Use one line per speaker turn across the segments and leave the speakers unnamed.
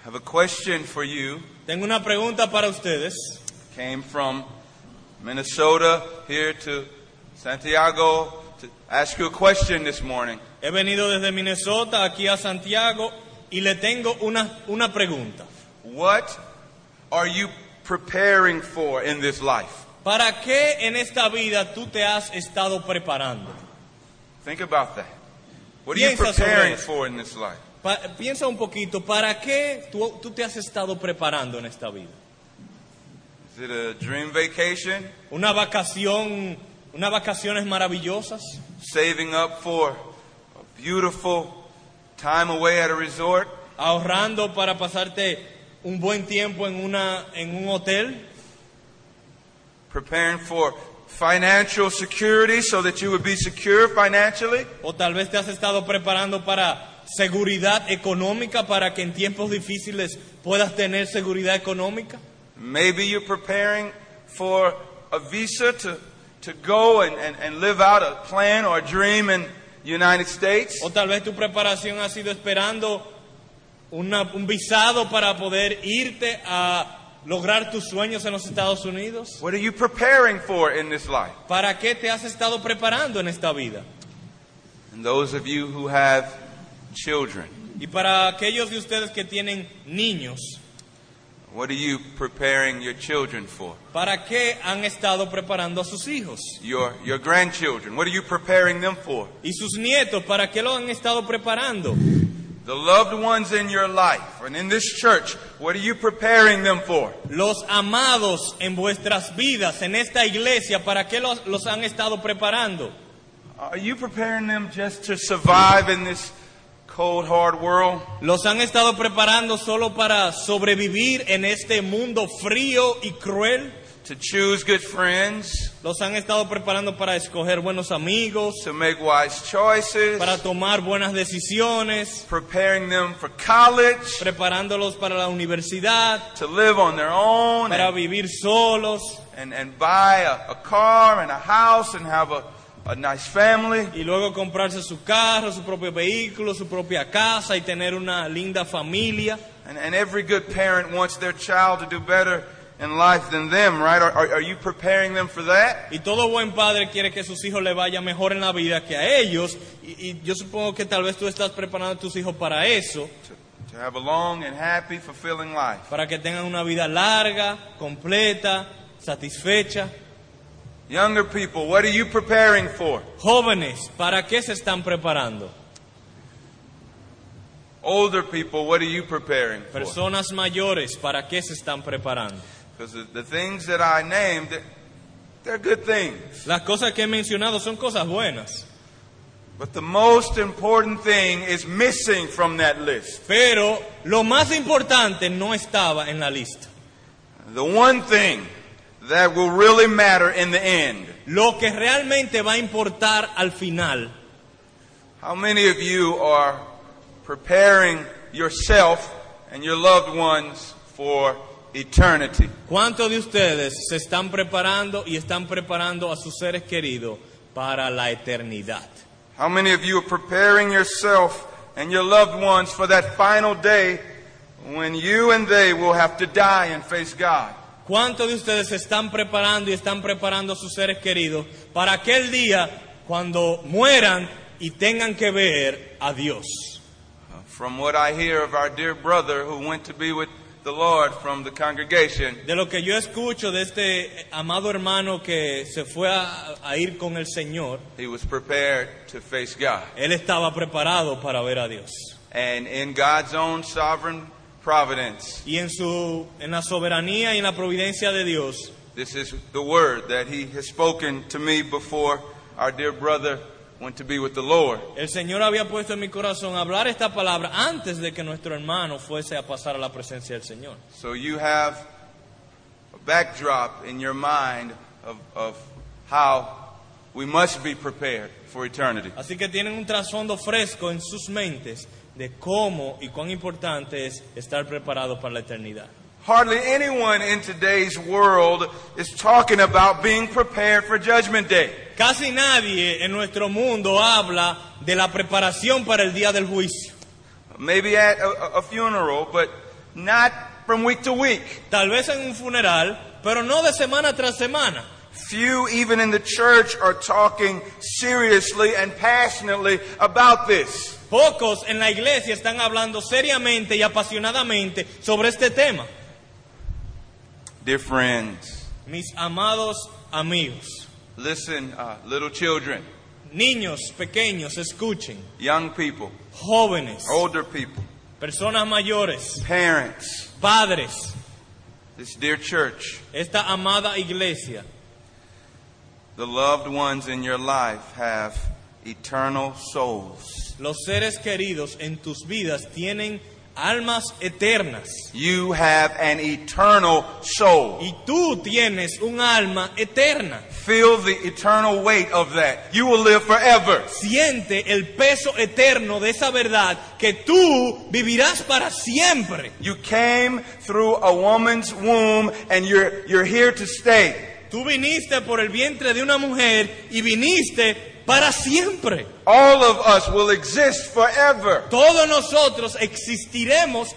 I have a question for you.
Tengo una pregunta para ustedes.
Came from Minnesota here to Santiago to ask you a question this morning.
He venido desde Minnesota aquí a Santiago y le tengo una, una pregunta.
What are you preparing for in this life?
¿Para qué en esta vida tú te has estado preparando?
Think about that. What are you
Piensa sobre
preparing
eso.
for in this life?
Pa- piensa un poquito, ¿para qué tú, tú te has estado preparando en esta vida?
Is it a dream vacation?
¿Una vacación, unas vacaciones maravillosas?
Saving up for a beautiful time away at a resort?
¿Ahorrando para pasarte un buen tiempo en, una, en un hotel?
Preparing for financial security so that you would be secure financially?
¿O tal vez te has estado preparando para seguridad económica para que en tiempos difíciles puedas tener seguridad económica?
Maybe you're preparing for a visa to, to go and, and, and live out a plan or a dream in the United States.
¿O tal vez tu preparación ha sido esperando una- un visado para poder irte a lograr tus sueños en los Estados Unidos?
What are you preparing for in this life?
¿Para qué te has estado preparando en esta vida?
And those of you who have children,
Y para aquellos de ustedes que tienen niños,
what are you preparing your children for?
¿para qué han estado preparando a sus hijos?
Your, your grandchildren, what are you preparing them for?
¿Y sus nietos, para qué lo han estado preparando?
The loved ones in your life and in this church, what are you preparing them for?
Los amados en vuestras vidas, en esta iglesia, ¿para qué los, los han estado preparando?
Are you preparing them just to survive in this cold, hard world?
¿Los han estado preparando solo para sobrevivir en este mundo frío y cruel?
To choose good friends?
¿Los han estado preparando para escoger buenos amigos,
to make wise choices,
para tomar buenas decisiones,
preparing them for college,
preparándolos para la universidad,
to live on their own,
para
and,
vivir solos
and, and buy a, a car and a house and have a, a nice family.
y luego comprarse su carro, su propio vehículo, su propia casa y tener una linda familia?
And, and every good parent wants their child to do better in life than them, right? Are, are, are you preparing them for that?
Y todo buen padre quiere que sus hijos le vaya mejor en la vida que a ellos. Y, y yo supongo que tal vez tú estás preparando a tus hijos para eso,
To, to have a long and happy, fulfilling life.
para que tengan una vida larga, completa, satisfecha.
Younger people, what are you preparing for?
Jóvenes, ¿para qué se están preparando?
Older people, what are you preparing for?
Personas mayores, ¿para qué se están preparando?
Because the, the things that I named, they're good things.
Las cosas que he mencionado son cosas buenas,
But the most important thing is missing from that list.
pero lo más importante no estaba en la lista.
The one thing that will really matter in the end.
Lo que realmente va a importar al final
How many of you are preparing yourself and your loved ones for eternity?
¿Cuántos de ustedes se están preparando y están preparando a sus seres queridos para la eternidad?
How many of you are preparing yourself and your loved ones for that final day when you and they will have to die and face God?
¿Cuántos de ustedes se están preparando y están preparando a sus seres queridos para aquel día cuando mueran y tengan que ver a Dios?
From what I hear of our dear brother who went to be with the Lord from the congregation,
De lo que yo escucho de este amado hermano que se fue a, a ir con el Señor,
He was prepared to face God.
él estaba preparado para ver a Dios.
And in God's own sovereign providence,
Y en, su, en la soberanía y en la providencia de Dios,
this is the word that He has spoken to me before our dear brother went to be with the Lord.
El Señor había puesto en mi corazón hablar esta palabra antes de que nuestro hermano fuese a pasar a la presencia del Señor.
So you have a backdrop in your mind of, of how we must be prepared for eternity.
Así que tienen un trasfondo fresco en sus mentes de cómo y cuán importante es estar preparado para la eternidad.
Hardly anyone in today's world is talking about being prepared for Judgment Day.
Casi nadie en nuestro mundo habla de la preparación para el día del juicio.
maybe at a, a funeral, but not from week to week.
tal vez en un funeral, pero no de semana tras semana.
Few, even in the church, are talking seriously and passionately about this.
Pocos en la iglesia están hablando seriamente y apasionadamente sobre este tema.
Dear friends,
Mis amados amigos,
listen, uh, little children,
niños pequeños, escuchen,
young people,
jóvenes,
older people,
personas mayores,
parents,
padres,
this dear church,
esta amada iglesia,
the loved ones in your life have eternal souls.
los seres queridos en tus vidas tienen almas eternas
You have an eternal soul.
y tú tienes un alma eterna.
Feel the eternal weight of that. You will live forever.
Siente el peso eterno de esa verdad que tú vivirás para siempre.
You came through a woman's womb and you're, you're here to stay.
Tú viniste por el vientre de una mujer y viniste para siempre.
All of us will exist forever.
Todos nosotros existiremos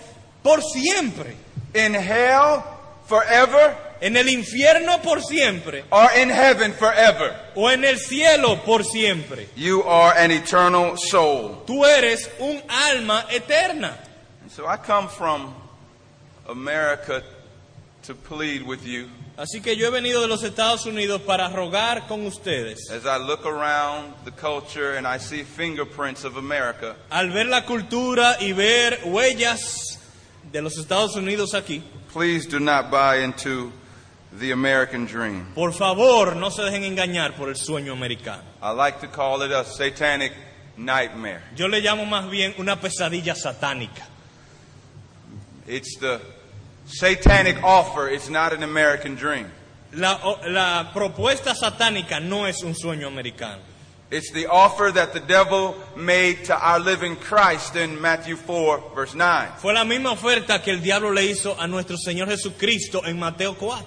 por siempre.
In hell forever
En el infierno por siempre
or in heaven forever.
o en el cielo por siempre.
You are an eternal soul.
Tú eres un alma eterna.
And so I come from America to plead with you
Así que yo he venido de los Estados Unidos para rogar con ustedes.
as I look around the culture and I see fingerprints of America.
Al ver la cultura y ver huellas de los Estados Unidos aquí,
Please do not buy into the American dream.
por favor no se dejen engañar por el sueño americano.
I like to call it a satanic nightmare.
Yo le llamo más bien una pesadilla satánica.
It's the satanic offer, it's not an American dream.
La, o- la propuesta satánica no es un sueño americano.
It's the offer that the devil made to our living Christ in Matthew 4, verse 9.
Fue la misma oferta que el diablo le hizo a nuestro Señor Jesucristo en Mateo 4.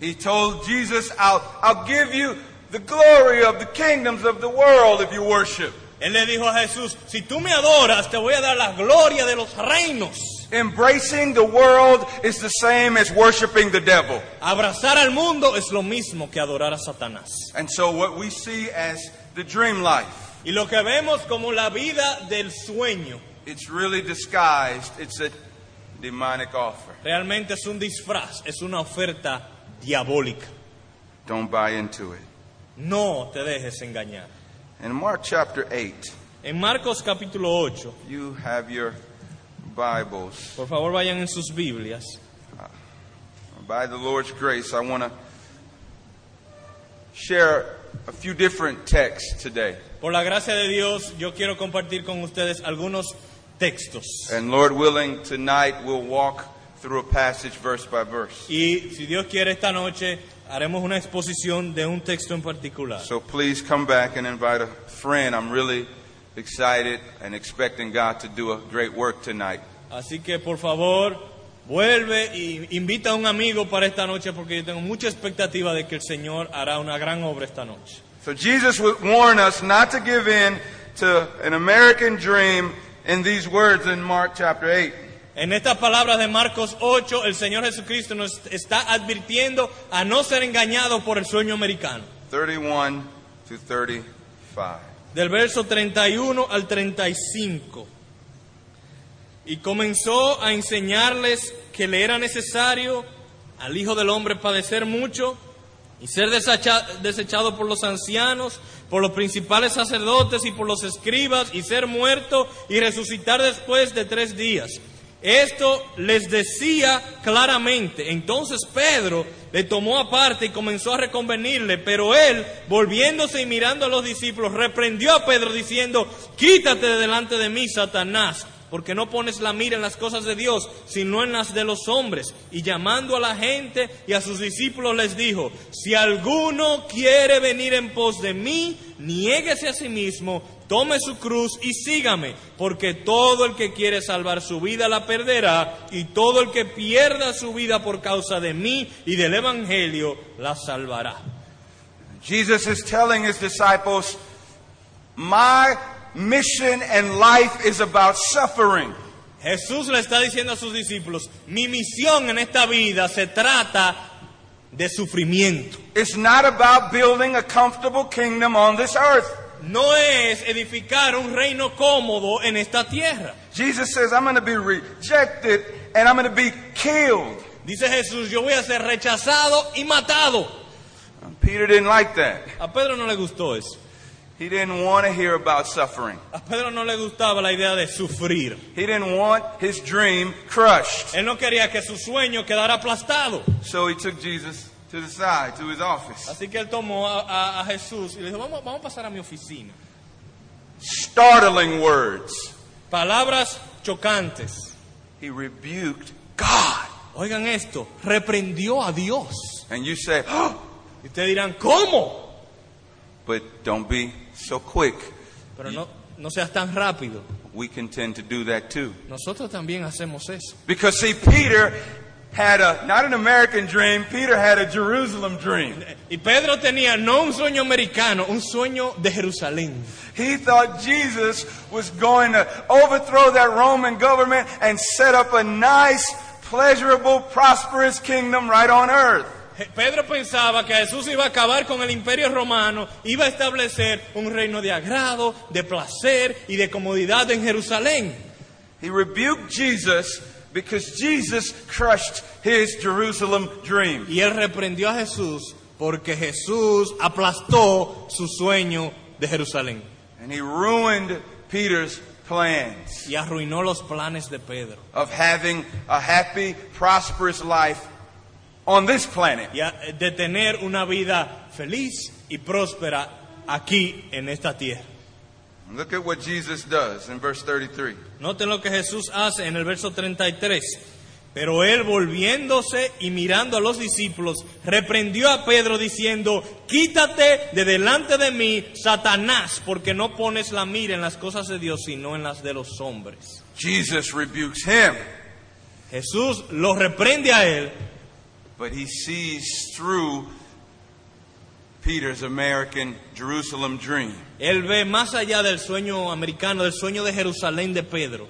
He told Jesus, I'll, I'll give you the glory of the kingdoms of the world if you worship.
Él le dijo a Jesús, si tú me adoras, te voy a dar la gloria de los reinos.
Embracing the world is the same as worshiping the devil.
Abrazar al mundo es lo mismo que adorar a Satanás.
And so, what we see as the dream life,
Y lo que vemos como la vida del sueño
it's really disguised, it's a demonic offer.
realmente es un disfraz, es una oferta diabólica.
Don't buy into it.
No te dejes engañar.
In Mark chapter 8,
En Marcos capítulo 8,
you have your Bibles.
por favor vayan en sus Biblias.
By the Lord's grace, I want to share a few different texts today.
Por la gracia de Dios, yo quiero compartir con ustedes algunos textos.
And Lord willing, tonight we'll walk through a passage verse by verse.
Y si Dios quiere, esta noche haremos una exposición de un texto en particular.
So please come back and invite a friend. I'm really excited and expecting God to do a great work tonight.
Así que por favor, vuelve y invita a un amigo para esta noche porque yo tengo mucha expectativa de que el Señor hará una gran obra esta noche.
So Jesus would warn us not to give in to an American dream in these words in Mark chapter 8.
En estas palabras de Marcos 8, el Señor Jesucristo nos está advirtiendo a no ser engañado por el sueño americano.
31 to 35.
del verso 31 al 35. Y comenzó a enseñarles que le era necesario al Hijo del Hombre padecer mucho y ser desacha- desechado por los ancianos, por los principales sacerdotes y por los escribas, y ser muerto y resucitar después de tres días. Esto les decía claramente. Entonces Pedro le tomó aparte y comenzó a reconvenirle, pero él, volviéndose y mirando a los discípulos, reprendió a Pedro diciendo, quítate de delante de mí, Satanás, porque no pones la mira en las cosas de Dios, sino en las de los hombres. Y llamando a la gente y a sus discípulos les dijo, si alguno quiere venir en pos de mí, niéguese a sí mismo, tome su cruz y sígame, porque todo el que quiere salvar su vida la perderá, y todo el que pierda su vida por causa de mí y del Evangelio la salvará.
Jesus is telling his disciples, My mission and life is about suffering.
Jesús le está diciendo a sus discípulos, mi misión en esta vida se trata de sufrimiento.
It's not about building a comfortable kingdom on this earth.
No es edificar un reino cómodo en esta tierra.
Jesus says, I'm going to be rejected and I'm going to be killed.
Dice Jesús, yo voy a ser rechazado y matado.
And Peter didn't like that.
A Pedro no le gustó eso.
He didn't want to hear about suffering.
A Pedro no le gustaba la idea de sufrir.
He didn't want his dream crushed.
Él no quería que su sueño quedara aplastado.
So he took Jesus to the side, to his office.
Así que él tomó a, a- a Jesús y le dijo, vamos, vamos a pasar a mi oficina.
Startling words.
Palabras chocantes.
He rebuked God.
Oigan esto, reprendió a Dios.
And you say, oh,
Y ustedes dirán, ¿cómo?
but don't be so quick.
Pero no, no seas tan rápido.
We can tend to do that too.
Nosotros también hacemos eso.
Because see, Peter had a, not an American dream, Peter had a Jerusalem dream.
Y Pedro tenía no un sueño americano, un sueño de Jerusalén.
He thought Jesus was going to overthrow that Roman government and set up a nice, pleasurable, prosperous kingdom right on earth.
Je- Pedro pensaba que Jesús iba a acabar con el imperio romano, iba a establecer un reino de agrado, de placer y de comodidad en Jerusalén.
He rebuked Jesus because Jesus crushed his Jerusalem dream.
Y él reprendió a Jesús porque Jesús aplastó su sueño de Jerusalén
And he ruined Peter's plans
y arruinó los planes de Pedro.
of having a happy, prosperous life on this planet.
Y a- eh, de tener una vida feliz y próspera aquí en esta tierra.
Look at what Jesus does in verse 33.
Noten lo que Jesús hace en el verso 33. Pero él volviéndose y mirando a los discípulos, reprendió a Pedro diciendo, quítate de delante de mí, Satanás, porque no pones la mira en las cosas de Dios, sino en las de los hombres.
Jesus rebukes him,
Jesús lo reprende a él,
but he sees through Peter's American Jerusalem dream.
él ve más allá del sueño americano, del sueño de Jerusalén de Pedro.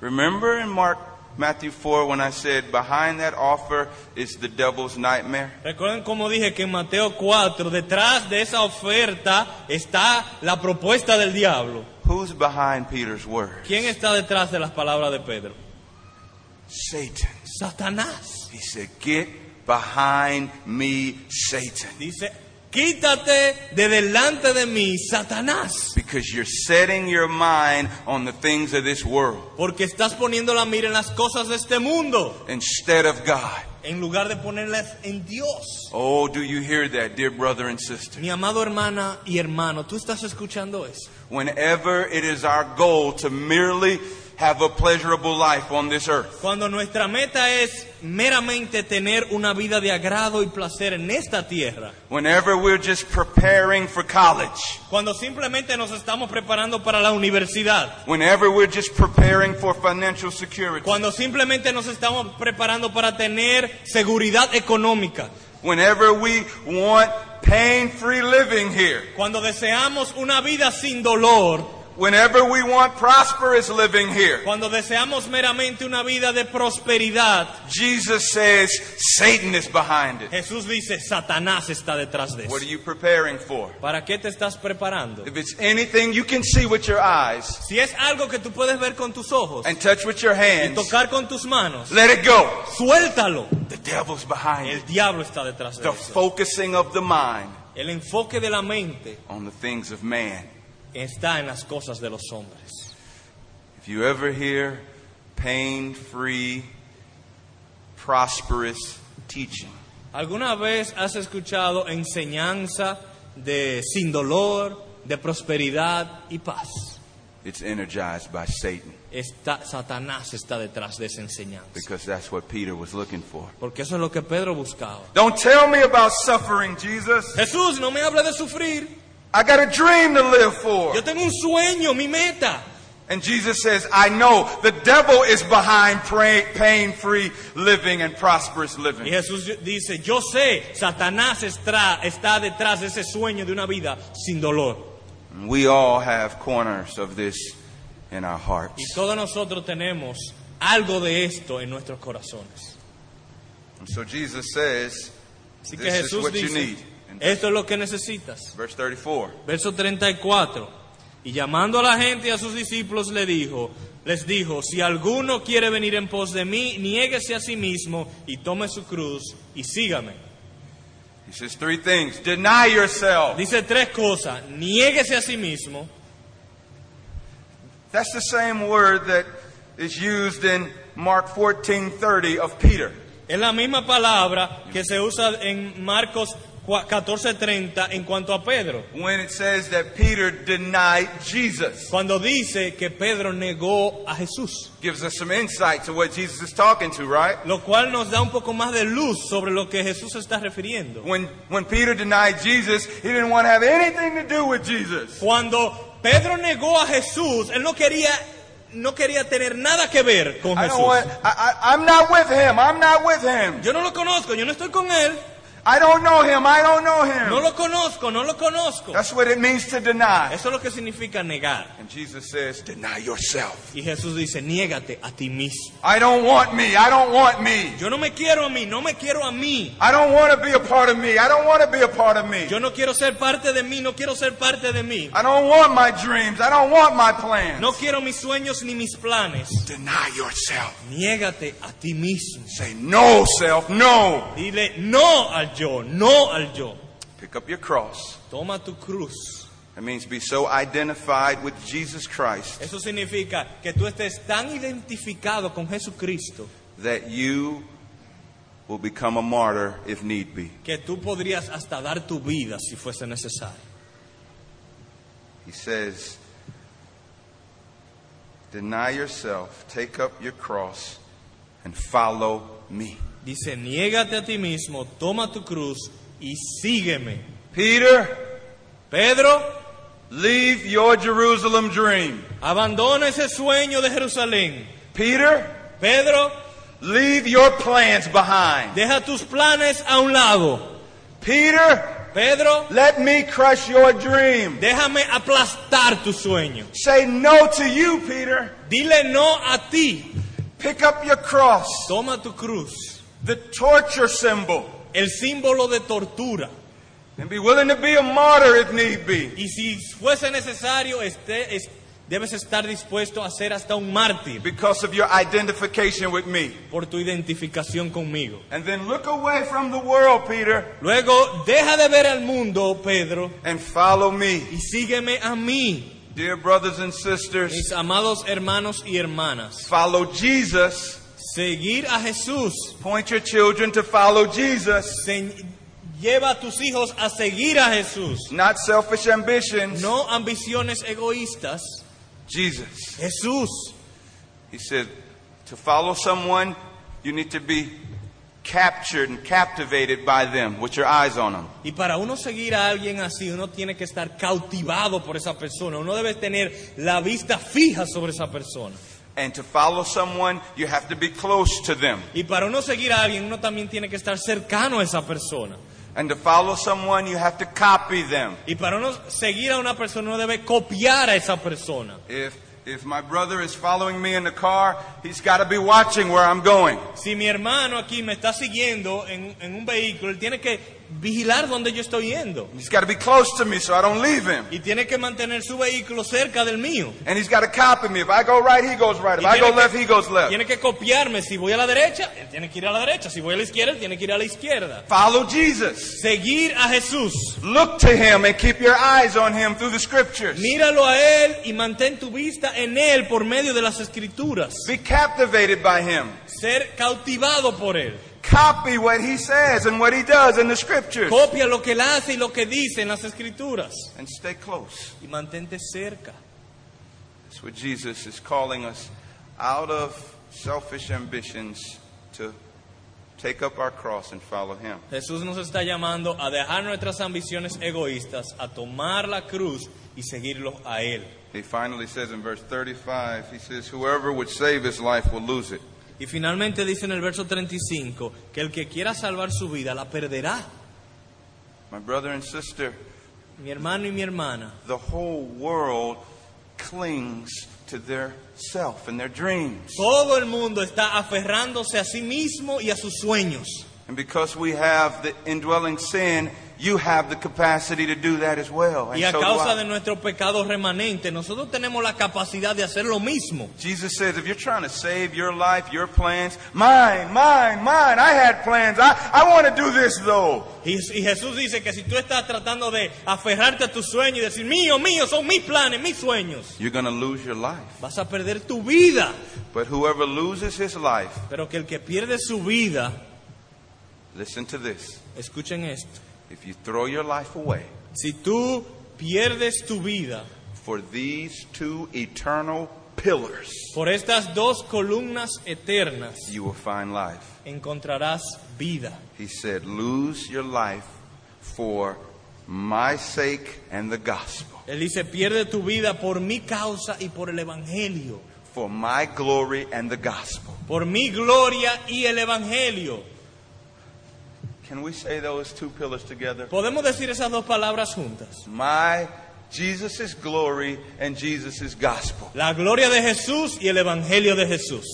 Remember in Mark Matthew 4 when I said behind that offer is the devil's nightmare?
Recuerden como dije que en Mateo 4, detrás de esa oferta está la propuesta del diablo.
Who's behind Peter's word?
¿Quién está detrás de las palabras de Pedro?
Satan.
Satanás.
He said, "Get behind me, Satan."
Dice, quítate de delante de mí, Satanás,
Because you're setting your mind on the things of this world
porque estás poniendo la mira en las cosas de este mundo,
instead of God.
en lugar de ponerlas en Dios.
Oh, do you hear that, dear brother and sister?
Mi amado hermana y hermano, tú estás escuchando eso.
Whenever it is our goal to merely have a pleasurable life on this earth,
Cuando nuestra meta es meramente tener una vida de agrado y placer en esta tierra,
whenever we're just preparing for college,
cuando simplemente nos estamos preparando para la universidad,
whenever we're just preparing for financial security,
cuando simplemente nos estamos preparando para tener seguridad económica,
whenever we want pain free living here,
Cuando deseamos una vida sin dolor,
whenever we want prosperous living here,
cuando deseamos meramente una vida de prosperidad,
Jesus says Satan is behind it.
Jesús dice, Satanás está detrás de
What are
eso.
you preparing for?
¿Para qué te estás preparando?
If it's anything you can see with your eyes
Si es algo que tú puedes ver con tus ojos
and touch with your
y
hands,
tocar con tus manos,
let it go.
suéltalo.
The devil's behind it.
El diablo está detrás de
the
eso.
focusing of the mind
El enfoque de la mente
on the things of man.
está en las cosas de los hombres.
If you ever hear pain free, prosperous teaching,
¿Alguna vez has escuchado enseñanza de sin dolor, de prosperidad y paz?
it's energized by Satan
está, Satanás está detrás de esa enseñanza.
because that's what Peter was looking for.
Porque eso es lo que Pedro buscaba.
Don't tell me about suffering, Jesus.
Jesús, no me hable de sufrir.
I got a dream to live for.
Yo tengo un sueño, mi meta.
And Jesus says, I know the devil is behind pain free living and prosperous
Y
living.
Jesús dice, yo sé, Satanás está, está detrás de ese sueño de una vida sin dolor.
We all have corners of this in our hearts.
Y todos nosotros tenemos algo de esto en nuestros corazones.
And so Jesus says,
Así que
This is
Jesús
what you need.
dice, "Eh-"
And
esto es lo que necesitas.
verse 34.
Verso 34. Y llamando a la gente y a sus discípulos le dijo, les dijo, si alguno quiere venir en pos de mí, niéguese a sí mismo y tome su cruz y sígame.
He says three things. Deny yourself.
Dice tres cosas, niéguese a sí mismo.
That's the same word that is used in Mark 14:30 of Peter.
Es la misma palabra que se usa en Marcos cua- 14:30 en cuanto a Pedro,
When it says that Peter denied Jesus,
cuando dice que Pedro negó a Jesús,
gives us some insight to what Jesus is talking to, right?
lo cual nos da un poco más de luz sobre lo que Jesús está refiriendo.
When when Peter denied Jesus, he didn't want to have anything to do with Jesus.
Cuando Pedro negó a Jesús, él no quería, no quería tener nada que ver con
I
Jesús.
don't want. I, I, I'm not with him. I'm not with him.
Yo no lo conozco, yo no estoy con él,
I don't know him. I don't know him.
no lo conozco, no lo conozco.
That's what it means to deny.
Eso es lo que significa negar.
And Jesus says, deny yourself.
Y Jesús dice, niégate a ti mismo.
I don't want me. I don't want me.
Yo no me quiero a mí, no me quiero a mí.
I don't want to be a part of me. I don't want to be a part of me.
Yo no quiero ser parte de mí, no quiero ser parte de mí.
I don't want my dreams. I don't want my plans.
No quiero mis sueños ni mis planes.
Deny yourself.
Niégate a ti mismo.
Say no, self, no.
Dile no al yo, no al yo.
Pick up your cross.
Toma tu cruz.
That means be so identified with Jesus Christ
Eso significa que tú estés tan identificado con Jesucristo
that you will become a martyr if need be.
que tú podrías hasta dar tu vida si fuese necesario.
He says, Deny yourself, take up your cross, and follow me.
Dice, niégate a ti mismo, toma tu cruz y sígueme.
Peter,
Pedro,
leave your Jerusalem dream.
abandona ese sueño de Jerusalén.
Peter,
Pedro,
leave your plans behind.
deja tus planes a un lado.
Peter,
Pedro,
let me crush your dream.
déjame aplastar tu sueño.
Say no to you, Peter.
Dile no a ti.
Pick up your cross,
Toma tu cruz,
the torture symbol,
el símbolo de tortura.
and be willing to be a martyr if need be.
Y si fuese necesario, esté- es- debes estar dispuesto a ser hasta un mártir
Because of your identification with me.
por tu identificación conmigo.
And then look away from the world, Peter.
Luego, deja de ver al mundo, Pedro,
and follow me.
y sígueme a mí,
Dear brothers and sisters,
mis amados hermanos y hermanas.
follow Jesus.
Seguir a Jesús.
Point your children to follow Jesus.
Se- lleva a tus hijos a seguir a Jesús.
Not selfish ambitions.
No ambiciones egoístas.
Jesus.
Jesús.
He said, to follow someone, you need to be captured and captivated by them with your eyes on them.
Y para uno seguir a alguien así, uno tiene que estar cautivado por esa persona. Uno debe tener la vista fija sobre esa persona.
And to follow someone, you have to be close to them.
Y para uno seguir a alguien, uno también tiene que estar cercano a esa persona.
And to follow someone, you have to copy them.
Y para uno seguir a una persona, uno debe copiar a esa persona.
If if my brother is following me in the car, he's got to be watching where I'm going.
Si mi hermano aquí me está siguiendo en, en un vehículo, él tiene que vigilar dónde yo estoy yendo.
He's got to be close to me so I don't leave him.
Y tiene que mantener su vehículo cerca del mío.
And he's got to copy me. If I go right, he goes right. If
Y
I go
tiene que-
left, he goes left.
Tiene que copiarme. Si voy a la derecha, él tiene que ir a la derecha. Si voy a la izquierda, él tiene que ir a la izquierda.
Follow Jesus.
Seguir a Jesús.
Look to him and keep your eyes on him through the scriptures.
Míralo a Él y mantén tu vista en Él por medio de las escrituras.
Be captivated by him.
Ser cautivado por Él.
Copy what he says and what he does in the scriptures.
Copia lo que Él hace y lo que dice en las escrituras.
And stay close.
Y mantente cerca.
That's what Jesus is calling us out of selfish ambitions to take up our cross and follow him.
Jesús nos está llamando a dejar nuestras ambiciones egoístas, a tomar la cruz y seguirlo a Él.
He finally says in verse 35, he says, Whoever would save his life will lose it.
Y finalmente dice en el verso 35 que el que quiera salvar su vida la perderá.
My brother and sister,
Mi hermano y mi hermana,
The whole world clings to their self and their dreams.
Todo el mundo está aferrándose a sí mismo y a sus sueños.
And because we have the indwelling sin, you have the capacity to do that as well. And
Y a
so do I.
causa de nuestro pecado remanente, nosotros tenemos la capacidad de hacer lo mismo.
Jesus says, if you're trying to save your life, your plans, mine, mine, mine, I had plans. I, I want to do this though.
Y, y Jesús dice que si tú estás tratando de aferrarte a tus sueños y decir, mío, mío, son mis planes, mis sueños,
You're going to lose your life.
vas a perder tu vida.
But whoever loses his life,
Pero que el que pierde su vida,
listen to this.
escuchen esto,
If you throw your life away
si tú pierdes tu vida
for these two eternal pillars,
por estas dos columnas eternas,
you will find life.
encontrarás vida.
He said, lose your life for my sake and the gospel,
Él dice, pierde tu vida por mi causa y por el Evangelio,
for my glory and the gospel.
por mi gloria y el Evangelio.
Can we say those two pillars together?
Podemos decir esas dos palabras juntas.
My Jesus' glory and Jesus' gospel.
La gloria de Jesús y el Evangelio de Jesús.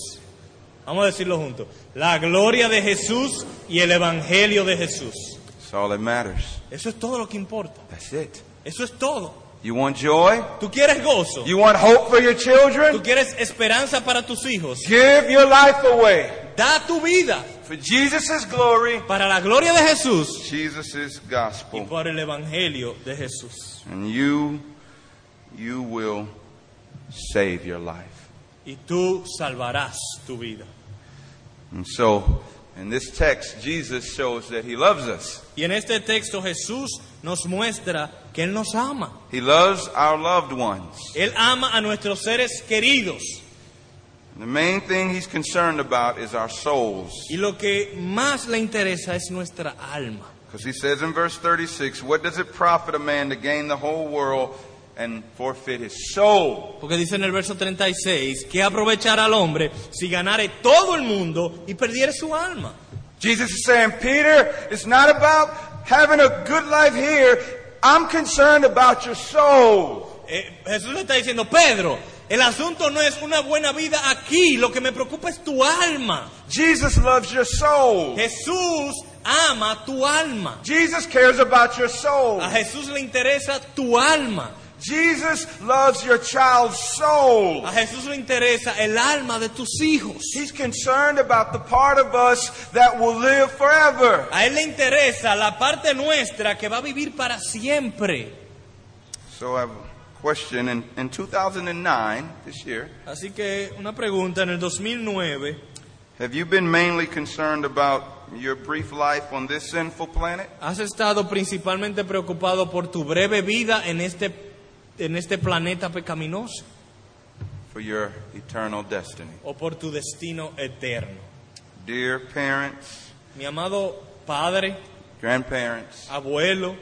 Vamos a decirlo juntos. La gloria de Jesús y el Evangelio de Jesús.
That's all that matters.
Eso es todo lo que importa.
That's it.
Eso es todo.
You want joy?
Tú quieres gozo.
You want hope for your
Tú
children?
quieres esperanza para tus hijos.
Give your life away
Da tu vida
for Jesus' glory,
para la gloria de Jesús
Jesus'
y
gospel.
por el Evangelio de Jesús.
And you, you will save your life.
Y tú salvarás tu vida.
And so, in this text, Jesus shows that he loves us.
Y en este texto Jesús nos muestra que Él nos ama.
He loves our loved ones.
Él ama a nuestros seres queridos.
The main thing he's concerned about is our souls.
Y lo que más le interesa es nuestra alma.
Because he says in verse 36, What does it profit a man to gain the whole world and forfeit his soul?
Porque dice en el verso 36, ¿qué aprovechará al hombre si ganare todo el mundo y perdiere su alma?
Jesus is saying, Peter, it's not about having a good life here. I'm concerned about your soul.
Eh, Jesús le está diciendo, Pedro, el asunto no es una buena vida aquí, lo que me preocupa es tu alma.
Jesus loves your soul.
Jesús ama tu alma.
Jesus cares about your soul.
A Jesús le interesa tu alma.
Jesus loves your child's soul.
A Jesús le interesa el alma de tus hijos.
He's concerned about the part of us that will live forever.
A Él le interesa la parte nuestra que va a vivir para siempre.
So I have a question. In, in 2009, this year,
Así que una pregunta, en el 2009,
Have you been mainly concerned about your brief life on this sinful planet?
¿has estado principalmente preocupado por tu breve vida en este, en este planeta pecaminoso
For your eternal destiny.
o por tu destino eterno?
Dear parents,
Mi amado padre,
grandparents,
abuelo,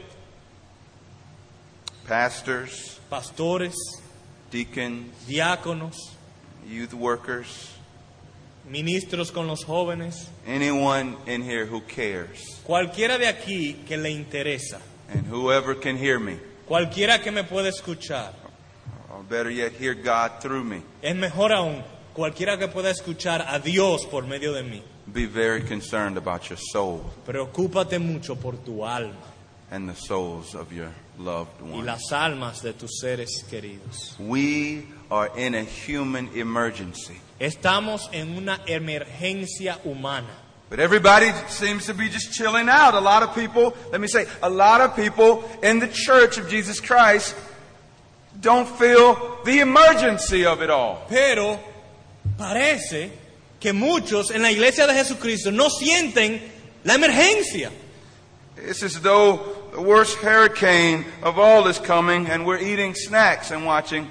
pastors,
pastores,
deacons,
diáconos,
youth workers,
ministros con los jóvenes,
anyone in here who cares,
cualquiera de aquí que le interesa,
and whoever can hear me,
cualquiera que me pueda escuchar,
or better yet, hear God through me,
es mejor aún, cualquiera que pueda escuchar a Dios por medio de mí.
be very concerned about your soul
Preocúpate mucho por tu alma
and the souls of your loved
y
ones.
las almas de tus seres queridos.
We are in a human emergency,
Estamos en una emergencia humana.
But everybody seems to be just chilling out. A lot of people, let me say, a lot of people in the church of Jesus Christ don't feel the emergency of it all.
Pero parece que muchos en la iglesia de Jesucristo no sienten la emergencia.
It's as though the worst hurricane of all is coming and we're eating snacks and watching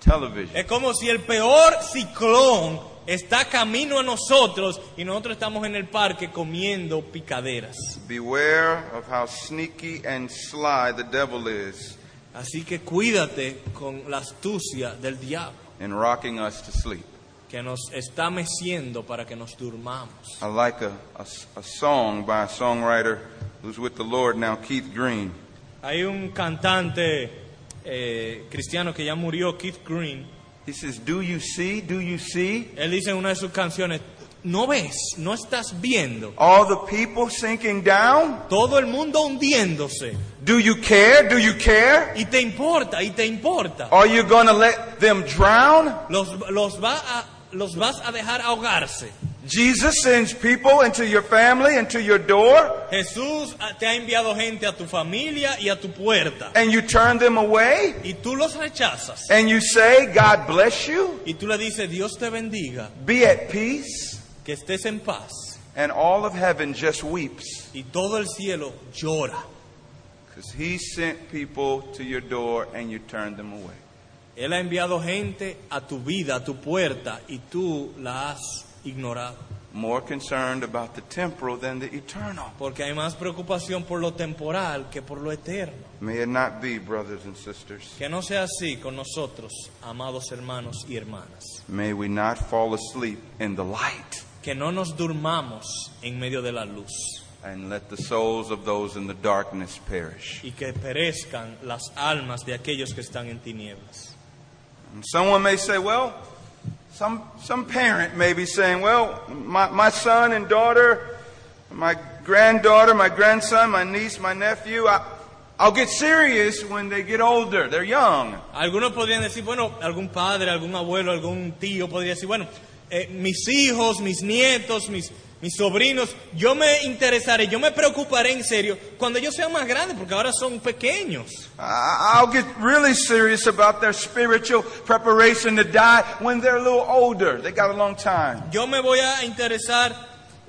television.
Es como si el peor ciclón está camino a nosotros y nosotros estamos en el parque comiendo picaderas.
Beware of how sneaky and sly the devil is
Así que cuídate con la astucia del diablo
in rocking us to sleep.
que nos está meciendo para que nos durmamos.
I like a, a, a song by a songwriter who's with the Lord now, Keith Green.
Hay un cantante eh, cristiano que ya murió, Keith Green,
He says, Do you see? Do you see?
Él dice en una de sus canciones, no ves, no estás viendo.
All the people sinking down?
Todo el mundo hundiéndose.
Do you care? Do you care?
Y te importa, y te importa.
Are you going to let them drown?
Los, los, va a- los vas a dejar ahogarse.
Jesus sends people into your family, into your door,
Jesús ah, te ha enviado gente a tu familia y a tu puerta.
and you turn them away,
Y tú los rechazas.
and you say, God bless you,
Y tú le dices, Dios te bendiga,
be at peace,
que estés en paz.
and all of heaven just weeps
Y todo el cielo llora.
because He sent people to your door and you turned them away.
Él ha enviado gente a tu vida, a tu puerta, y tú la has ignorado.
More concerned about the temporal than the eternal.
Porque hay más preocupación por lo temporal que por lo eterno.
May it not be, brothers and sisters.
Que no sea así con nosotros, amados hermanos y hermanas.
May we not fall asleep in the light.
Que no nos durmamos en medio de la luz
and let the souls of those in the darkness perish.
y que perezcan las almas de aquellos que están en tinieblas.
And someone may say, well, some, some parent may be saying, well, my, my son and daughter, my granddaughter, my grandson, my niece, my nephew, I, I'll get serious when they get older. They're young.
Algunos podrían decir, bueno, algún padre, algún abuelo, algún tío podría decir, bueno, eh, mis hijos, mis nietos, mis, mis sobrinos, yo me interesaré, yo me preocuparé en serio cuando ellos sean más grandes, porque ahora son pequeños.
I- I'll get really serious about their spiritual preparation to die when they're a little older. They got a long time.
Yo me voy a interesar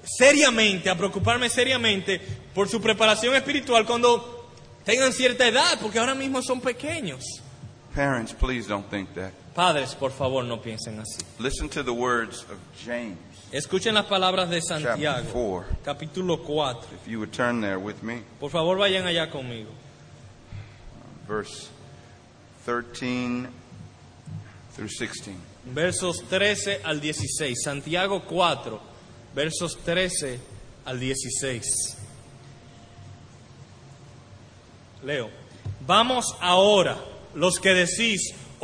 seriamente, a preocuparme seriamente por su preparación espiritual cuando tengan cierta edad, porque ahora mismo son pequeños.
Parents, please don't think that.
Padres, por favor, no piensen así.
Listen to the words of James,
Escuchen las palabras de
chapter
Santiago,
4.
capítulo 4.
If you would turn there with me.
Por favor, vayan allá conmigo.
verse 13 through 16.
Versos 13 al 16. Santiago 4, versos 13 al 16. Leo. Vamos ahora, los que decís,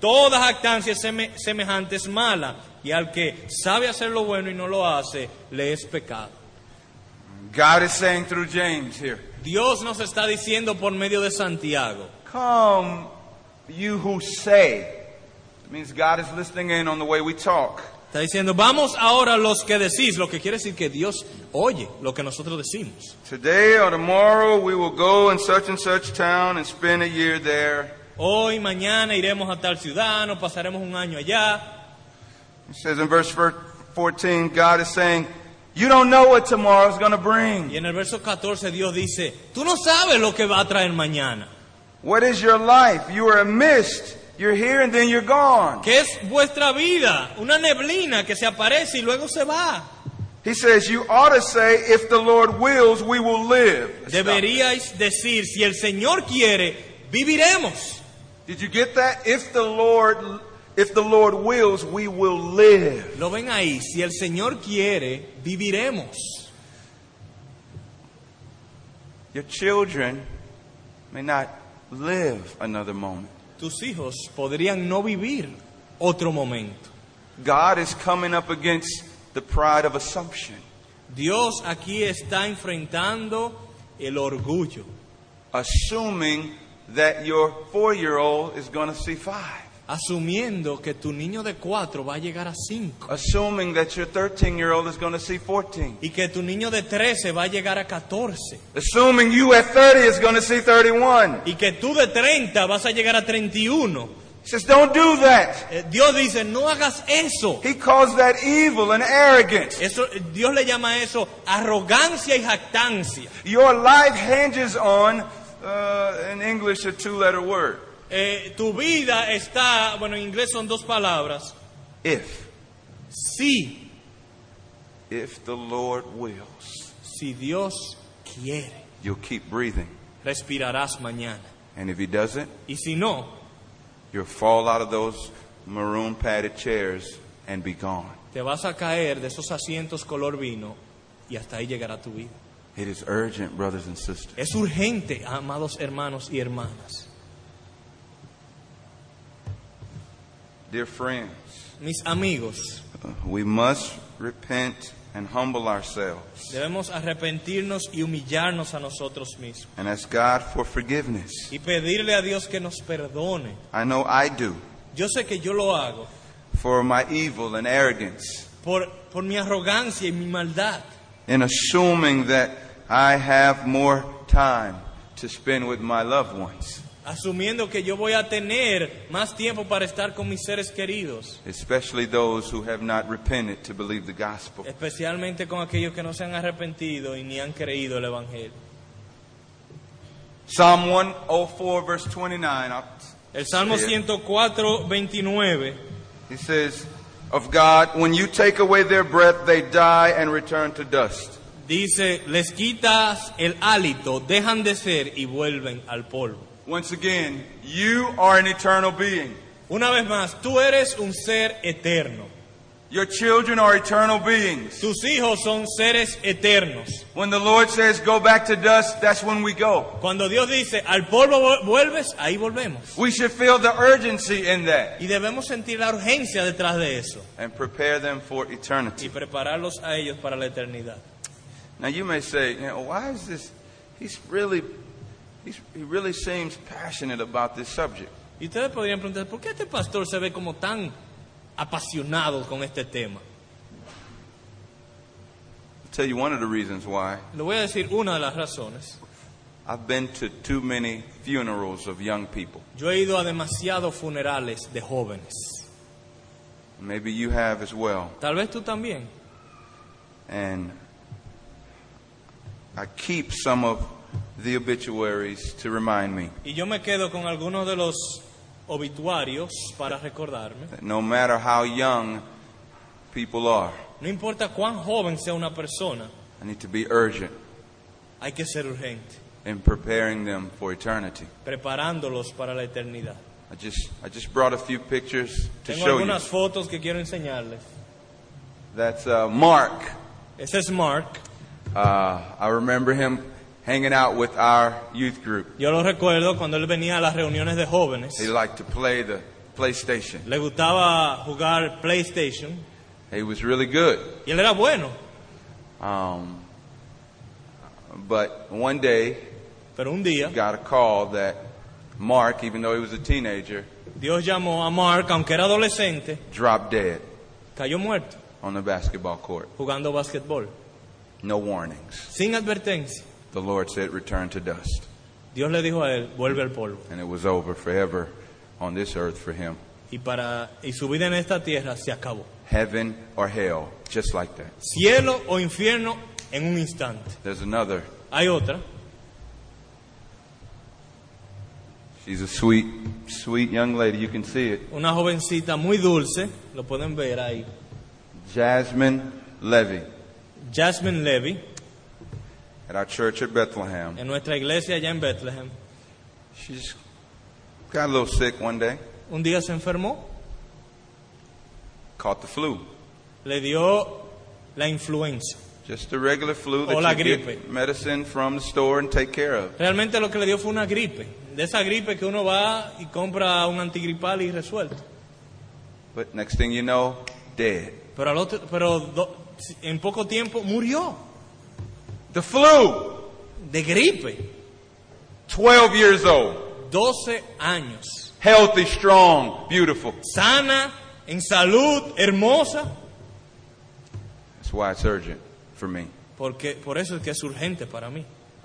Toda jactancia seme- semejante es mala, y al que sabe hacer lo bueno y no lo hace, le es pecado.
God is saying through James here,
Dios nos está diciendo por medio de Santiago,
Come, you who say. It means God is listening in on the way we talk.
está diciendo, vamos ahora los que decís, lo que quiere decir que Dios oye lo que nosotros decimos.
Today or tomorrow we will go in such and such town and spend a year there.
Hoy, mañana iremos a tal ciudad, nos pasaremos un año allá.
He says in verse 14, God is saying, You don't know what tomorrow's going to
Y
bring.
en el verso 14 Dios dice, tú no sabes lo que va a traer mañana.
What is your life? You are a mist. You're here and then you're gone.
que es vuestra vida, una neblina que se aparece y luego se va.
He says, You ought to say, If the Lord wills, we will live. Let's stop there.
Deberíais decir, si el Señor quiere, viviremos.
Did you get that? If the Lord if the Lord wills, we will live.
Lo ven ahí, si el Señor quiere, viviremos.
Your children may not live another moment.
Tus hijos podrían no vivir otro momento.
God is coming up against the pride of assumption.
Dios aquí está enfrentando el orgullo,
Assuming that your four year old is going to see five.
asumiendo que tu niño de cuatro va a llegar a cinco
Assuming that your 13 year old is going to see 14.
y que tu niño de trece va a llegar a catorce
Assuming you at 30 is going to see 31.
y que tú de treinta vas a llegar a treinta y uno.
He says, Don't do that.
Eh, Dios dice, no hagas eso.
He calls that evil and arrogance.
eso. eh, Dios le llama eso arrogancia y jactancia.
Your life hinges on, uh, in English, a two letter word.
Eh, tu vida está, bueno, en inglés son dos palabras.
If.
Sí,
If the Lord wills,
Si Dios quiere,
you'll keep breathing.
respirarás mañana.
And if He doesn't,
Y si no,
you'll fall out of those maroon padded chairs and be gone.
te vas a caer de esos asientos color vino y hasta ahí llegará tu vida.
It is urgent, brothers and sisters.
Es urgente, amados hermanos y hermanas.
Dear friends,
Mis amigos,
we must repent and humble ourselves
debemos arrepentirnos y humillarnos a nosotros mismos
and ask God for forgiveness.
y pedirle a Dios que nos perdone.
I know I do
Yo sé que yo lo hago
for my evil and arrogance
por, por mi arrogancia y mi maldad,
in assuming that I have more time to spend with my loved ones,
asumiendo que yo voy a tener más tiempo para estar con mis seres queridos,
especially those who have not repented to believe the gospel.
especialmente con aquellos que no se han arrepentido y ni han creído el Evangelio.
Psalm 104, verse 29, I'll-
El Salmo
Sí.
104, 29
he says, Of God, when you take away their breath, they die and return to dust.
dice, les quitas el hálito, dejan de ser y vuelven al polvo.
Once again, you are an eternal being.
Una vez más, tú eres un ser eterno.
Your children are eternal beings.
Tus hijos son seres eternos.
When the Lord says, Go back to dust, that's when we go.
Cuando Dios dice, al polvo vu- vuelves, ahí volvemos.
We should feel the urgency in that
Y debemos sentir la urgencia detrás de eso
and prepare them for eternity.
y prepararlos a ellos para la eternidad.
Now you may say, you know, why is this? He's really, he's, he really seems passionate about this subject.
Y ustedes podrían preguntar, ¿por qué este pastor se ve como tan apasionado con este tema?
I'll tell you one of the reasons why.
Le voy a decir una de las razones.
I've been to too many funerals of young people.
Yo he ido a demasiados funerales de jóvenes.
Maybe you have as well.
Tal vez tú también.
And I keep some of the obituaries to remind me
Y yo me quedo con algunos de los obituarios para recordarme.
that no matter how young people are,
No importa cuán joven sea una persona,
I need to be urgent
hay que ser urgente,
in preparing them for eternity.
preparándolos para la eternidad.
I just, I just brought a few pictures to
Tengo
show you.
algunas fotos que quiero enseñarles.
That's uh, Mark.
Ese es Mark.
Uh, I remember him hanging out with our youth group.
Yo lo recuerdo cuando él venía a las reuniones de jóvenes.
He liked to play the PlayStation.
Le gustaba jugar PlayStation
He was really good.
y él era bueno.
Um, but one day,
Pero un día
got a call that Mark, even though he was a teenager,
Dios llamó a Mark, aunque era adolescente,
dropped dead
cayó muerto
on the basketball court.
jugando básquetbol,
No warnings.
sin advertencia.
The Lord said, Return to dust.
Dios le dijo a él, vuelve al polvo.
And it was over forever on this earth for him.
Y, para, y su vida en esta tierra se acabó.
Heaven or hell, just like that.
Cielo o infierno en un instante.
There's another.
Hay otra.
She's a sweet, sweet young lady. You can see it.
Una jovencita muy dulce, lo pueden ver ahí.
Jasmine Levy
Jasmine Levy,
at our church at Bethlehem.
en nuestra iglesia allá en Bethlehem.
She just got a little sick one day,
Un día se enfermó,
caught the flu.
le dio la influenza.
Just the regular flu
O la
that you
gripe.
get medicine from the store and take care of.
Realmente lo que le dio fue una gripe. De esa gripe que uno va y compra un antigripal y resuelto.
But next thing you know, dead.
Pero, al otro- pero do- en poco tiempo murió
The flu!
de gripe.
12 years old.
12 años.
Healthy, strong, beautiful.
Sana, en salud, hermosa.
That's why it's urgent for me.
Porque, por eso es que es urgente para mí.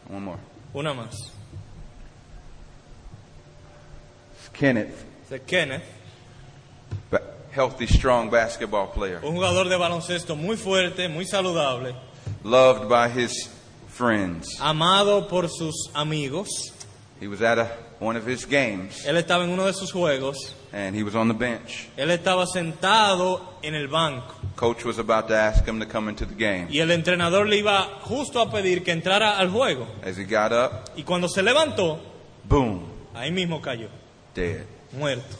One more.
Una más.
It's Kenneth,
Ese es Kenneth,
ba- healthy, strong basketball player.
un jugador de baloncesto muy fuerte, muy saludable,
Loved by his friends.
amado por sus amigos,
He was at a, one of his games,
Él estaba en uno de sus juegos.
and he was on the bench.
Él estaba sentado en el banco.
Coach was about to ask him to come into the game.
Y el entrenador le iba justo a pedir que entrara al juego.
As he got up,
Y cuando se levantó,
boom,
ahí mismo cayó.
dead.
Muerto.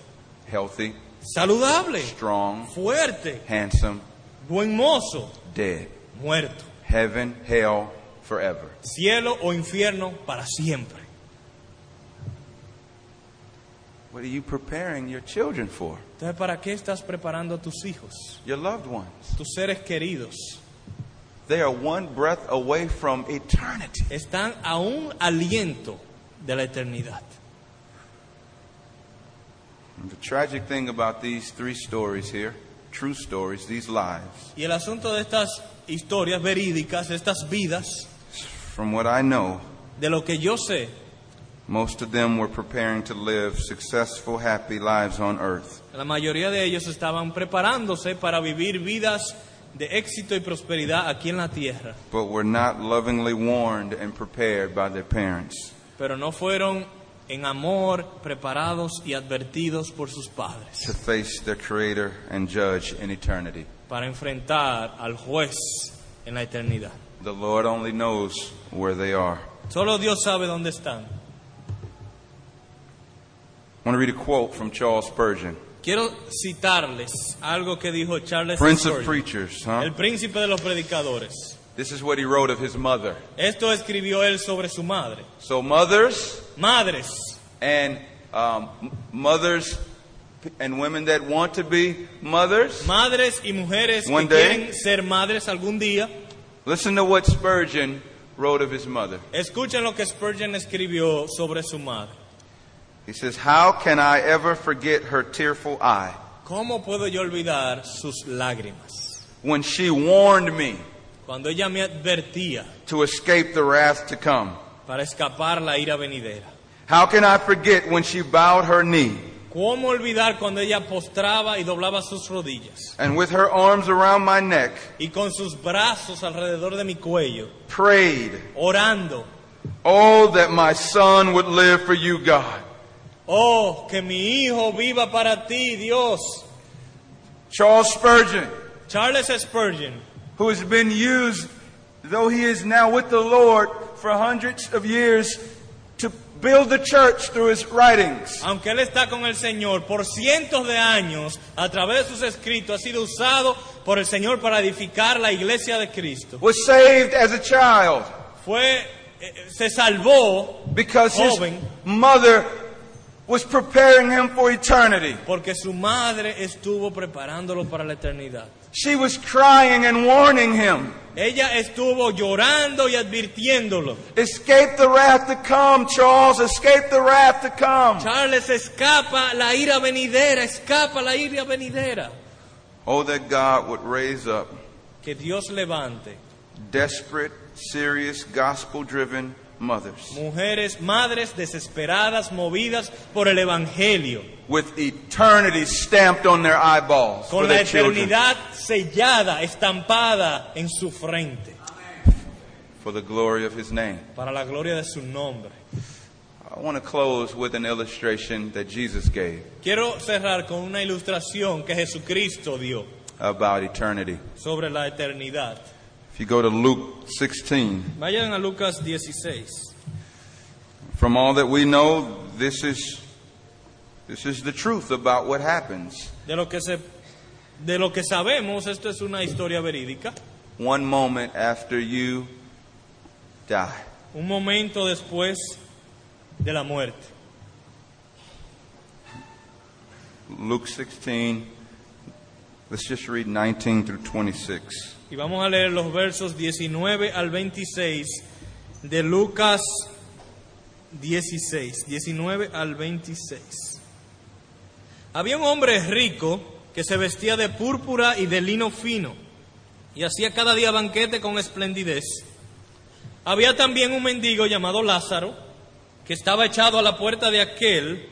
Healthy,
Saludable.
strong,
Fuerte.
handsome,
Buen mozo.
dead.
Muerto.
Heaven, hell, forever.
Cielo o infierno para siempre.
What are you preparing your children for?
Entonces, ¿para qué estás preparando a tus hijos?
Your loved ones.
Tus seres queridos.
They are one breath away from eternity.
Están a un aliento de la eternidad.
And the tragic thing about these three stories here, true stories, these lives,
Y el asunto de estas historias verídicas, de estas vidas,
from what I know,
de lo que yo sé,
most of them were preparing to live successful, happy lives on earth.
La mayoría de ellos estaban preparándose para vivir vidas de éxito y prosperidad aquí en la tierra,
but were not lovingly warned and prepared by their parents.
pero no fueron en amor preparados y advertidos por sus padres
to face their creator and judge in eternity.
para enfrentar al juez en la eternidad.
The Lord only knows where they are.
Solo Dios sabe dónde están.
I want to read a quote from Charles Spurgeon,
Quiero citarles algo que dijo Charles
Prince of
Spurgeon,
Preachers, huh?
el príncipe de los predicadores.
This is what he wrote of his mother.
Esto escribió él sobre su madre.
So, mothers
Madres
and um, m- mothers and women that want to be mothers,
Madres y mujeres que
One day.
quieren ser madres algún día,
listen to what Spurgeon wrote of his mother.
escuchen lo que Spurgeon escribió sobre su madre.
He says, How can I ever forget her tearful eye
¿Cómo puedo yo olvidar sus lágrimas?
when she warned me
Cuando ella me advertía
to escape the wrath to come?
para escapar la ira venidera.
How can I forget when she bowed her knee
¿Cómo olvidar cuando ella postraba y doblaba sus rodillas?
and with her arms around my neck
Y con sus brazos alrededor de mi cuello,
prayed,
orando,
Oh, that my son would live for you, God?
oh, que mi hijo viva para ti, Dios.
Charles Spurgeon,
Charles Spurgeon,
who has been used, though he is now with the Lord for hundreds of years, to build the church through his writings.
Aunque él está con el Señor por cientos de años, a través de sus escritos ha sido usado por el Señor para edificar la iglesia de Cristo.
Was saved as a child
Fue eh, se salvó
because his
Joven.
mother was preparing him for eternity.
porque su madre estuvo preparándolo para la eternidad.
She was crying and warning him.
Ella estuvo llorando y advirtiéndolo.
Escape the wrath to come, Charles. Escape the wrath to come.
Charles escapa la ira venidera, escapa la ira venidera.
Oh, that God would raise up
Que Dios levante
desperate, serious, gospel driven mothers
mujeres, madres desesperadas, movidas por el evangelio.
with eternity stamped on their eyeballs for
con la
their children
eternidad sellada, estampada en su frente,
for the glory of His name.
para la gloria de su nombre.
I want to close with an illustration that Jesus gave
Quiero cerrar con una ilustración que Jesucristo dio
about eternity.
sobre la eternidad.
If you go to Luke 16,
Vayan a Lucas 16.
from all that we know, this is, this is the truth about what happens.
De lo que se de lo que sabemos, esto es una historia verídica.
One moment after you die.
Un momento después de la muerte.
Luke 16, let's just read 19 through 26.
Y vamos a leer los versos 19 al 26 de Lucas 16, 19 al 26. Había un hombre rico que se vestía de púrpura y de lino fino y hacía cada día banquete con esplendidez. Había también un mendigo llamado Lázaro que estaba echado a la puerta de aquel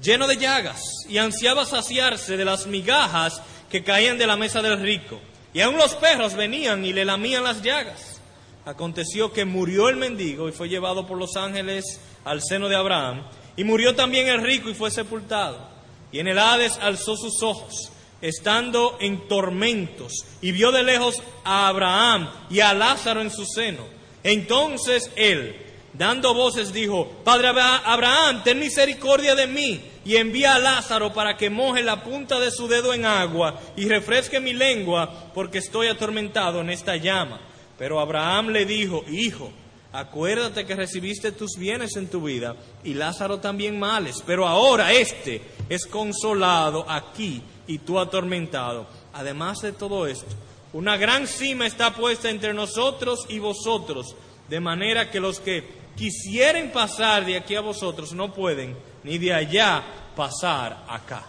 lleno de llagas y ansiaba saciarse de las migajas que caían de la mesa del rico. Y aun los perros venían y le lamían las llagas. aconteció que murió el mendigo y fue llevado por los ángeles al seno de Abraham, y murió también el rico y fue sepultado. Y en el Hades alzó sus ojos, estando en tormentos, y vio de lejos a Abraham y a Lázaro en su seno. Entonces él, dando voces, dijo, Padre Abra- Abraham, ten misericordia de mí, y envía a Lázaro para que moje la punta de su dedo en agua y refresque mi lengua, porque estoy atormentado en esta llama. Pero Abraham le dijo, Hijo, Acuérdate que recibiste tus bienes en tu vida y Lázaro también males, pero ahora éste es consolado aquí y tú atormentado. Además de todo esto, una gran cima está puesta entre nosotros y vosotros, de manera que los que quisieren pasar de aquí a vosotros no pueden, ni de allá pasar acá.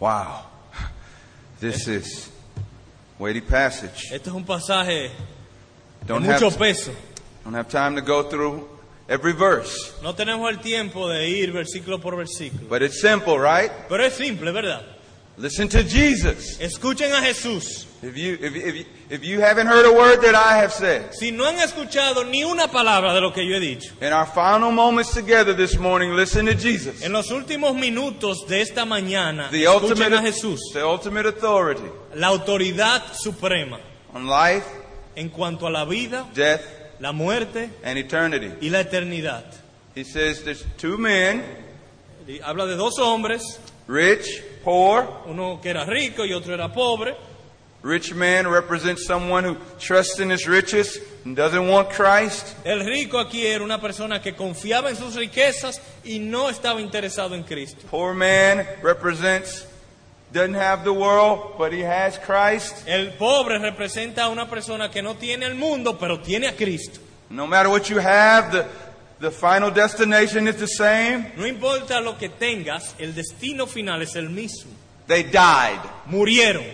Wow. This is weighty passage.
Este es un pasaje de
Don't have,
mucho peso.
don't have time to go through every verse,
No tenemos el tiempo de ir versículo por versículo,
but it's simple, right?
pero es simple, ¿verdad?
Listen to Jesus.
Escuchen a Jesús.
If you, if, if, you- if you haven't heard a word that I have said,
Si no han escuchado ni una palabra de lo que yo he dicho,
in our final moments together this morning, listen to Jesus.
en los últimos minutos de esta mañana,
The ultimate,
escuchen a Jesús,
the ultimate authority
la autoridad suprema
on life,
en cuanto a la vida,
death,
la muerte
and eternity.
y la eternidad.
He says there's two men,
Y habla de dos hombres,
rich, poor.
uno que era rico y otro era pobre.
Rich man represents someone who trusts in his riches and doesn't want Christ.
El rico aquí era una persona que confiaba en sus riquezas y no estaba interesado en Cristo.
Poor man represents doesn't have the world, but he has Christ.
El pobre representa a una persona que no tiene el mundo, pero tiene a Cristo.
No matter what you have, the the final destination is the same.
No importa lo que tengas, el destino final es el mismo.
They died.
Murieron.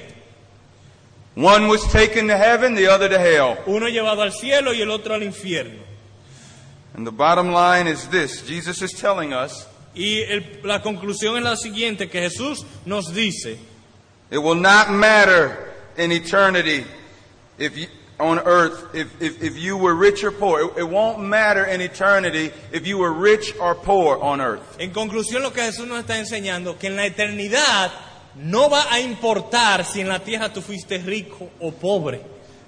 One was taken to heaven, the other to hell.
Uno llevado al cielo y el otro al infierno.
And the bottom line is this: Jesus is telling us
Y el- la conclusión es la siguiente, que Jesús nos dice,
It will not matter in eternity if you, on earth if, if, if you were rich or poor. It, it won't matter in eternity if you were rich or poor on earth.
en conclusión lo que Jesús nos está enseñando, que en la eternidad no va a importar si en la tierra tú fuiste rico o pobre.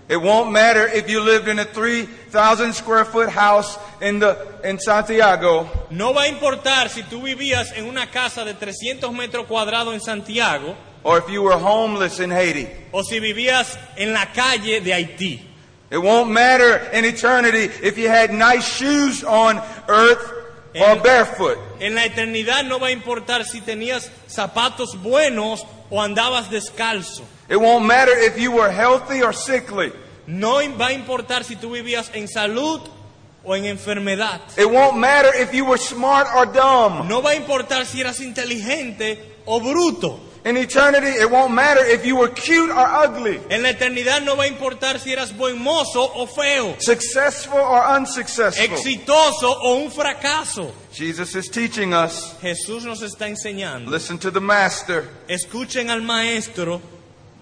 It won't matter if you lived in a 3,000 square foot house in, the, in Santiago.
No va a importar si tú vivías en una casa de 300 metros cuadrados en Santiago
Or if you were homeless in Haiti,
o si vivías en la calle de Haití.
it won't matter in eternity if you had nice shoes on earth or
And-
barefoot.
En la eternidad no va a importar si tenías zapatos buenos o andabas descalzo.
It won't matter if you were healthy or sickly.
No va a importar si tú vivías en salud o en enfermedad.
It won't matter if you were smart or dumb.
No va a importar si eras inteligente o bruto.
In eternity, it won't matter if you were cute or ugly,
En la eternidad no va a importar si eras buen mozo o feo,
successful or unsuccessful.
exitoso o un fracaso.
Jesus is teaching us.
Jesús nos está enseñando.
Listen to the Master.
Escuchen al maestro.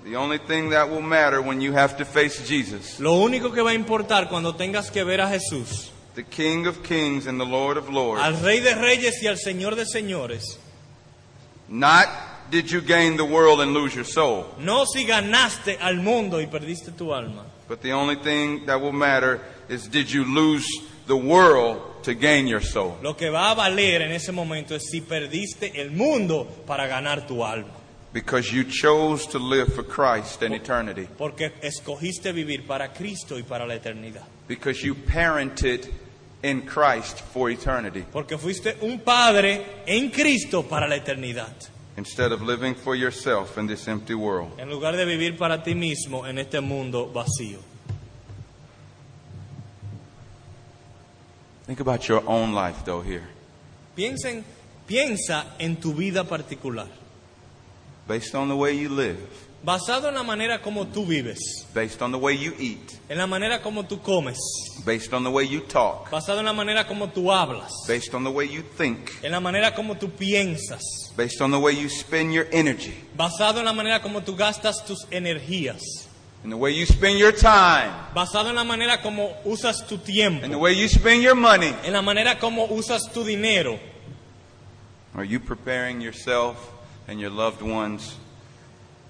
The only thing that will matter when you have to face Jesus,
Lo único que va a importar cuando tengas que ver a Jesús,
the King of Kings and the Lord of Lords.
al Rey de Reyes y al Señor de Señores,
Not did you gain the world and lose your soul,
No si ganaste al mundo y perdiste tu alma,
but the only thing that will matter is did you lose the world to gain your soul.
lo que va a valer en ese momento es si perdiste el mundo para ganar tu alma,
Because you chose to live for Christ in eternity.
porque escogiste vivir para Cristo y para la eternidad,
Because you parented in Christ for eternity.
porque fuiste un padre en Cristo para la eternidad,
instead of living for yourself in this empty world.
en lugar de vivir para ti mismo en este mundo vacío.
Think about your own life, though, here,
Piensen, piensa en tu vida particular,
based on the way you live,
basado en la manera como tú vives,
based on the way you eat,
en la manera como tú comes,
based on the way you talk,
basado en la manera como tú hablas,
based on the way you think,
en la manera como tú piensas.
based on the way you spend your energy,
basado en la manera como tú gastas tus energías,
and the way you spend your time,
basado en la manera como usas tu
and
tiempo,
the way you spend your money,
en la manera como usas tu dinero,
are you preparing yourself and your loved ones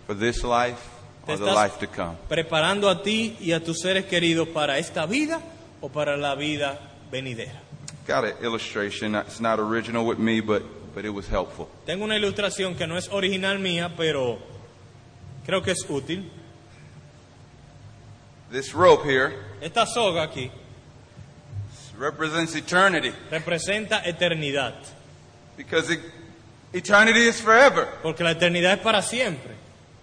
for this life or the
Te estás-
life to come?
preparando a ti y a tus seres queridos para esta vida o para la vida venidera.
Got an illustration. It's not original with me, but, but it was helpful.
Tengo una ilustración que no es original mía, pero creo que es útil.
This rope here
Esta soga aquí
represents eternity
representa eternidad,
because it, eternity is forever.
porque la eternidad es para siempre.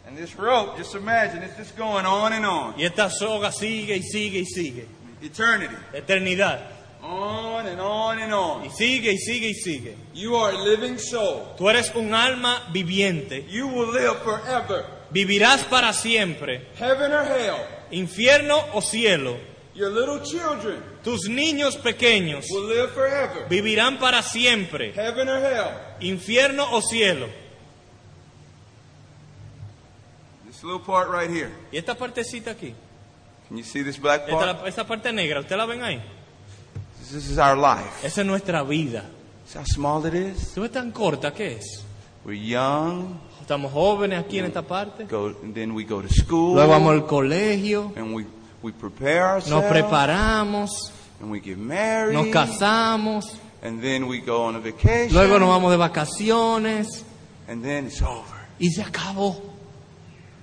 And this rope, just imagine, it's just going on and on.
Y esta soga sigue y sigue y sigue.
Eternity.
Eternidad.
On and on and on.
Y sigue y sigue y sigue.
You are a living soul.
Tú eres un alma viviente.
You will live forever.
Vivirás para siempre.
Heaven or hell.
Infierno o cielo.
Your little children
Tus niños pequeños
will live forever.
vivirán para siempre.
Heaven or hell.
Infierno o cielo.
This little part right here.
Y esta partecita aquí.
Can you see this black part?
Esta, esta parte negra, ¿usted la ven ahí?
This is our life.
Esa es nuestra vida.
See how small it is?
¿Tú ves tan corta que es?
We're young.
Estamos jóvenes aquí en esta parte.
Go, and then we go to school.
Luego vamos al colegio.
And we, we prepare
Nos
ourselves.
preparamos.
And we get married.
Nos casamos.
And then we go on a vacation.
Luego nos vamos de vacaciones.
And then it's over.
Y se acabó.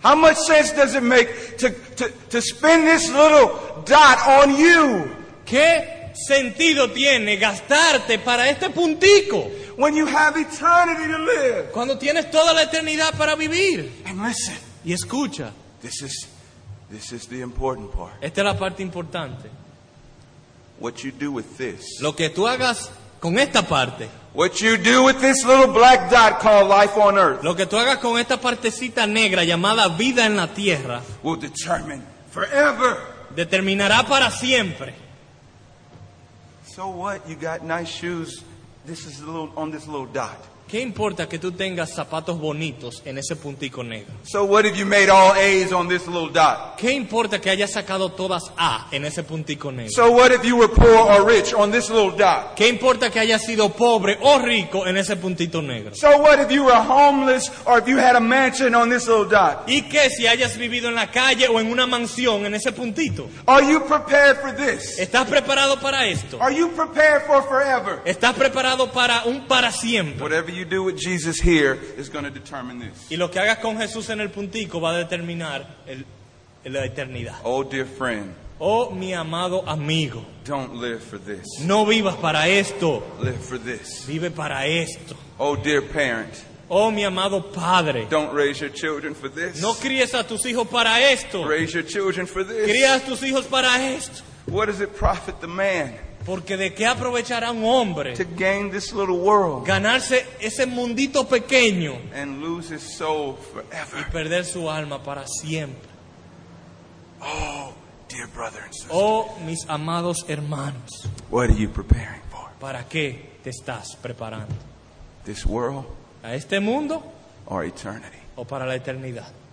How much sense does it make to, to, to spend this little dot on you
¿Qué sentido tiene gastarte para este puntico?
when you have eternity to live?
Cuando tienes toda la eternidad para vivir.
And listen,
Y escucha,
this is, this is the important part.
esta es la parte importante.
What you do with this.
Lo que tú hagas con esta parte,
What you do with this little black dot called life on earth
lo que tú hagas con esta partecita negra llamada vida en la tierra,
will determine forever.
determinará para siempre.
So what? You got nice shoes. This is a little, on this little dot.
¿Qué importa que tú tengas zapatos bonitos en ese puntico negro?
So what if you made all A's on this little dot?
¿Qué importa que hayas sacado todas A en ese puntico negro?
So what if you were poor or rich on this little dot?
¿Qué importa que hayas sido pobre o rico en ese puntito negro?
So what if you were homeless or if you had a mansion on this little dot?
¿Y qué si hayas vivido en la calle o en una mansión en ese puntito?
Are you prepared for this?
¿Estás preparado para esto?
Are you prepared for forever?
¿Estás preparado para un para siempre?
Whatever you do with Jesus here is going to determine this.
Y lo que hagas con Jesús en el puntico va a determinar el- la eternidad.
Oh dear friend,
Oh, mi amado amigo,
don't live for this.
no vivas para esto,
Live for this.
vive para esto.
Oh dear parent,
Oh, mi amado padre,
don't raise your children for this.
no críes a tus hijos para esto,
Raise your children for this.
crías a tus hijos para esto.
What does it profit the man
Porque de qué aprovechará un hombre
to gain this little world
ganarse ese mundito pequeño
and lose his soul forever?
perder su alma para siempre.
Oh, dear brother and sister,
Oh, mis amados hermanos,
what are you preparing for?
¿para qué te estás preparando?
This world
¿A este mundo
or eternity?
o para la eternidad?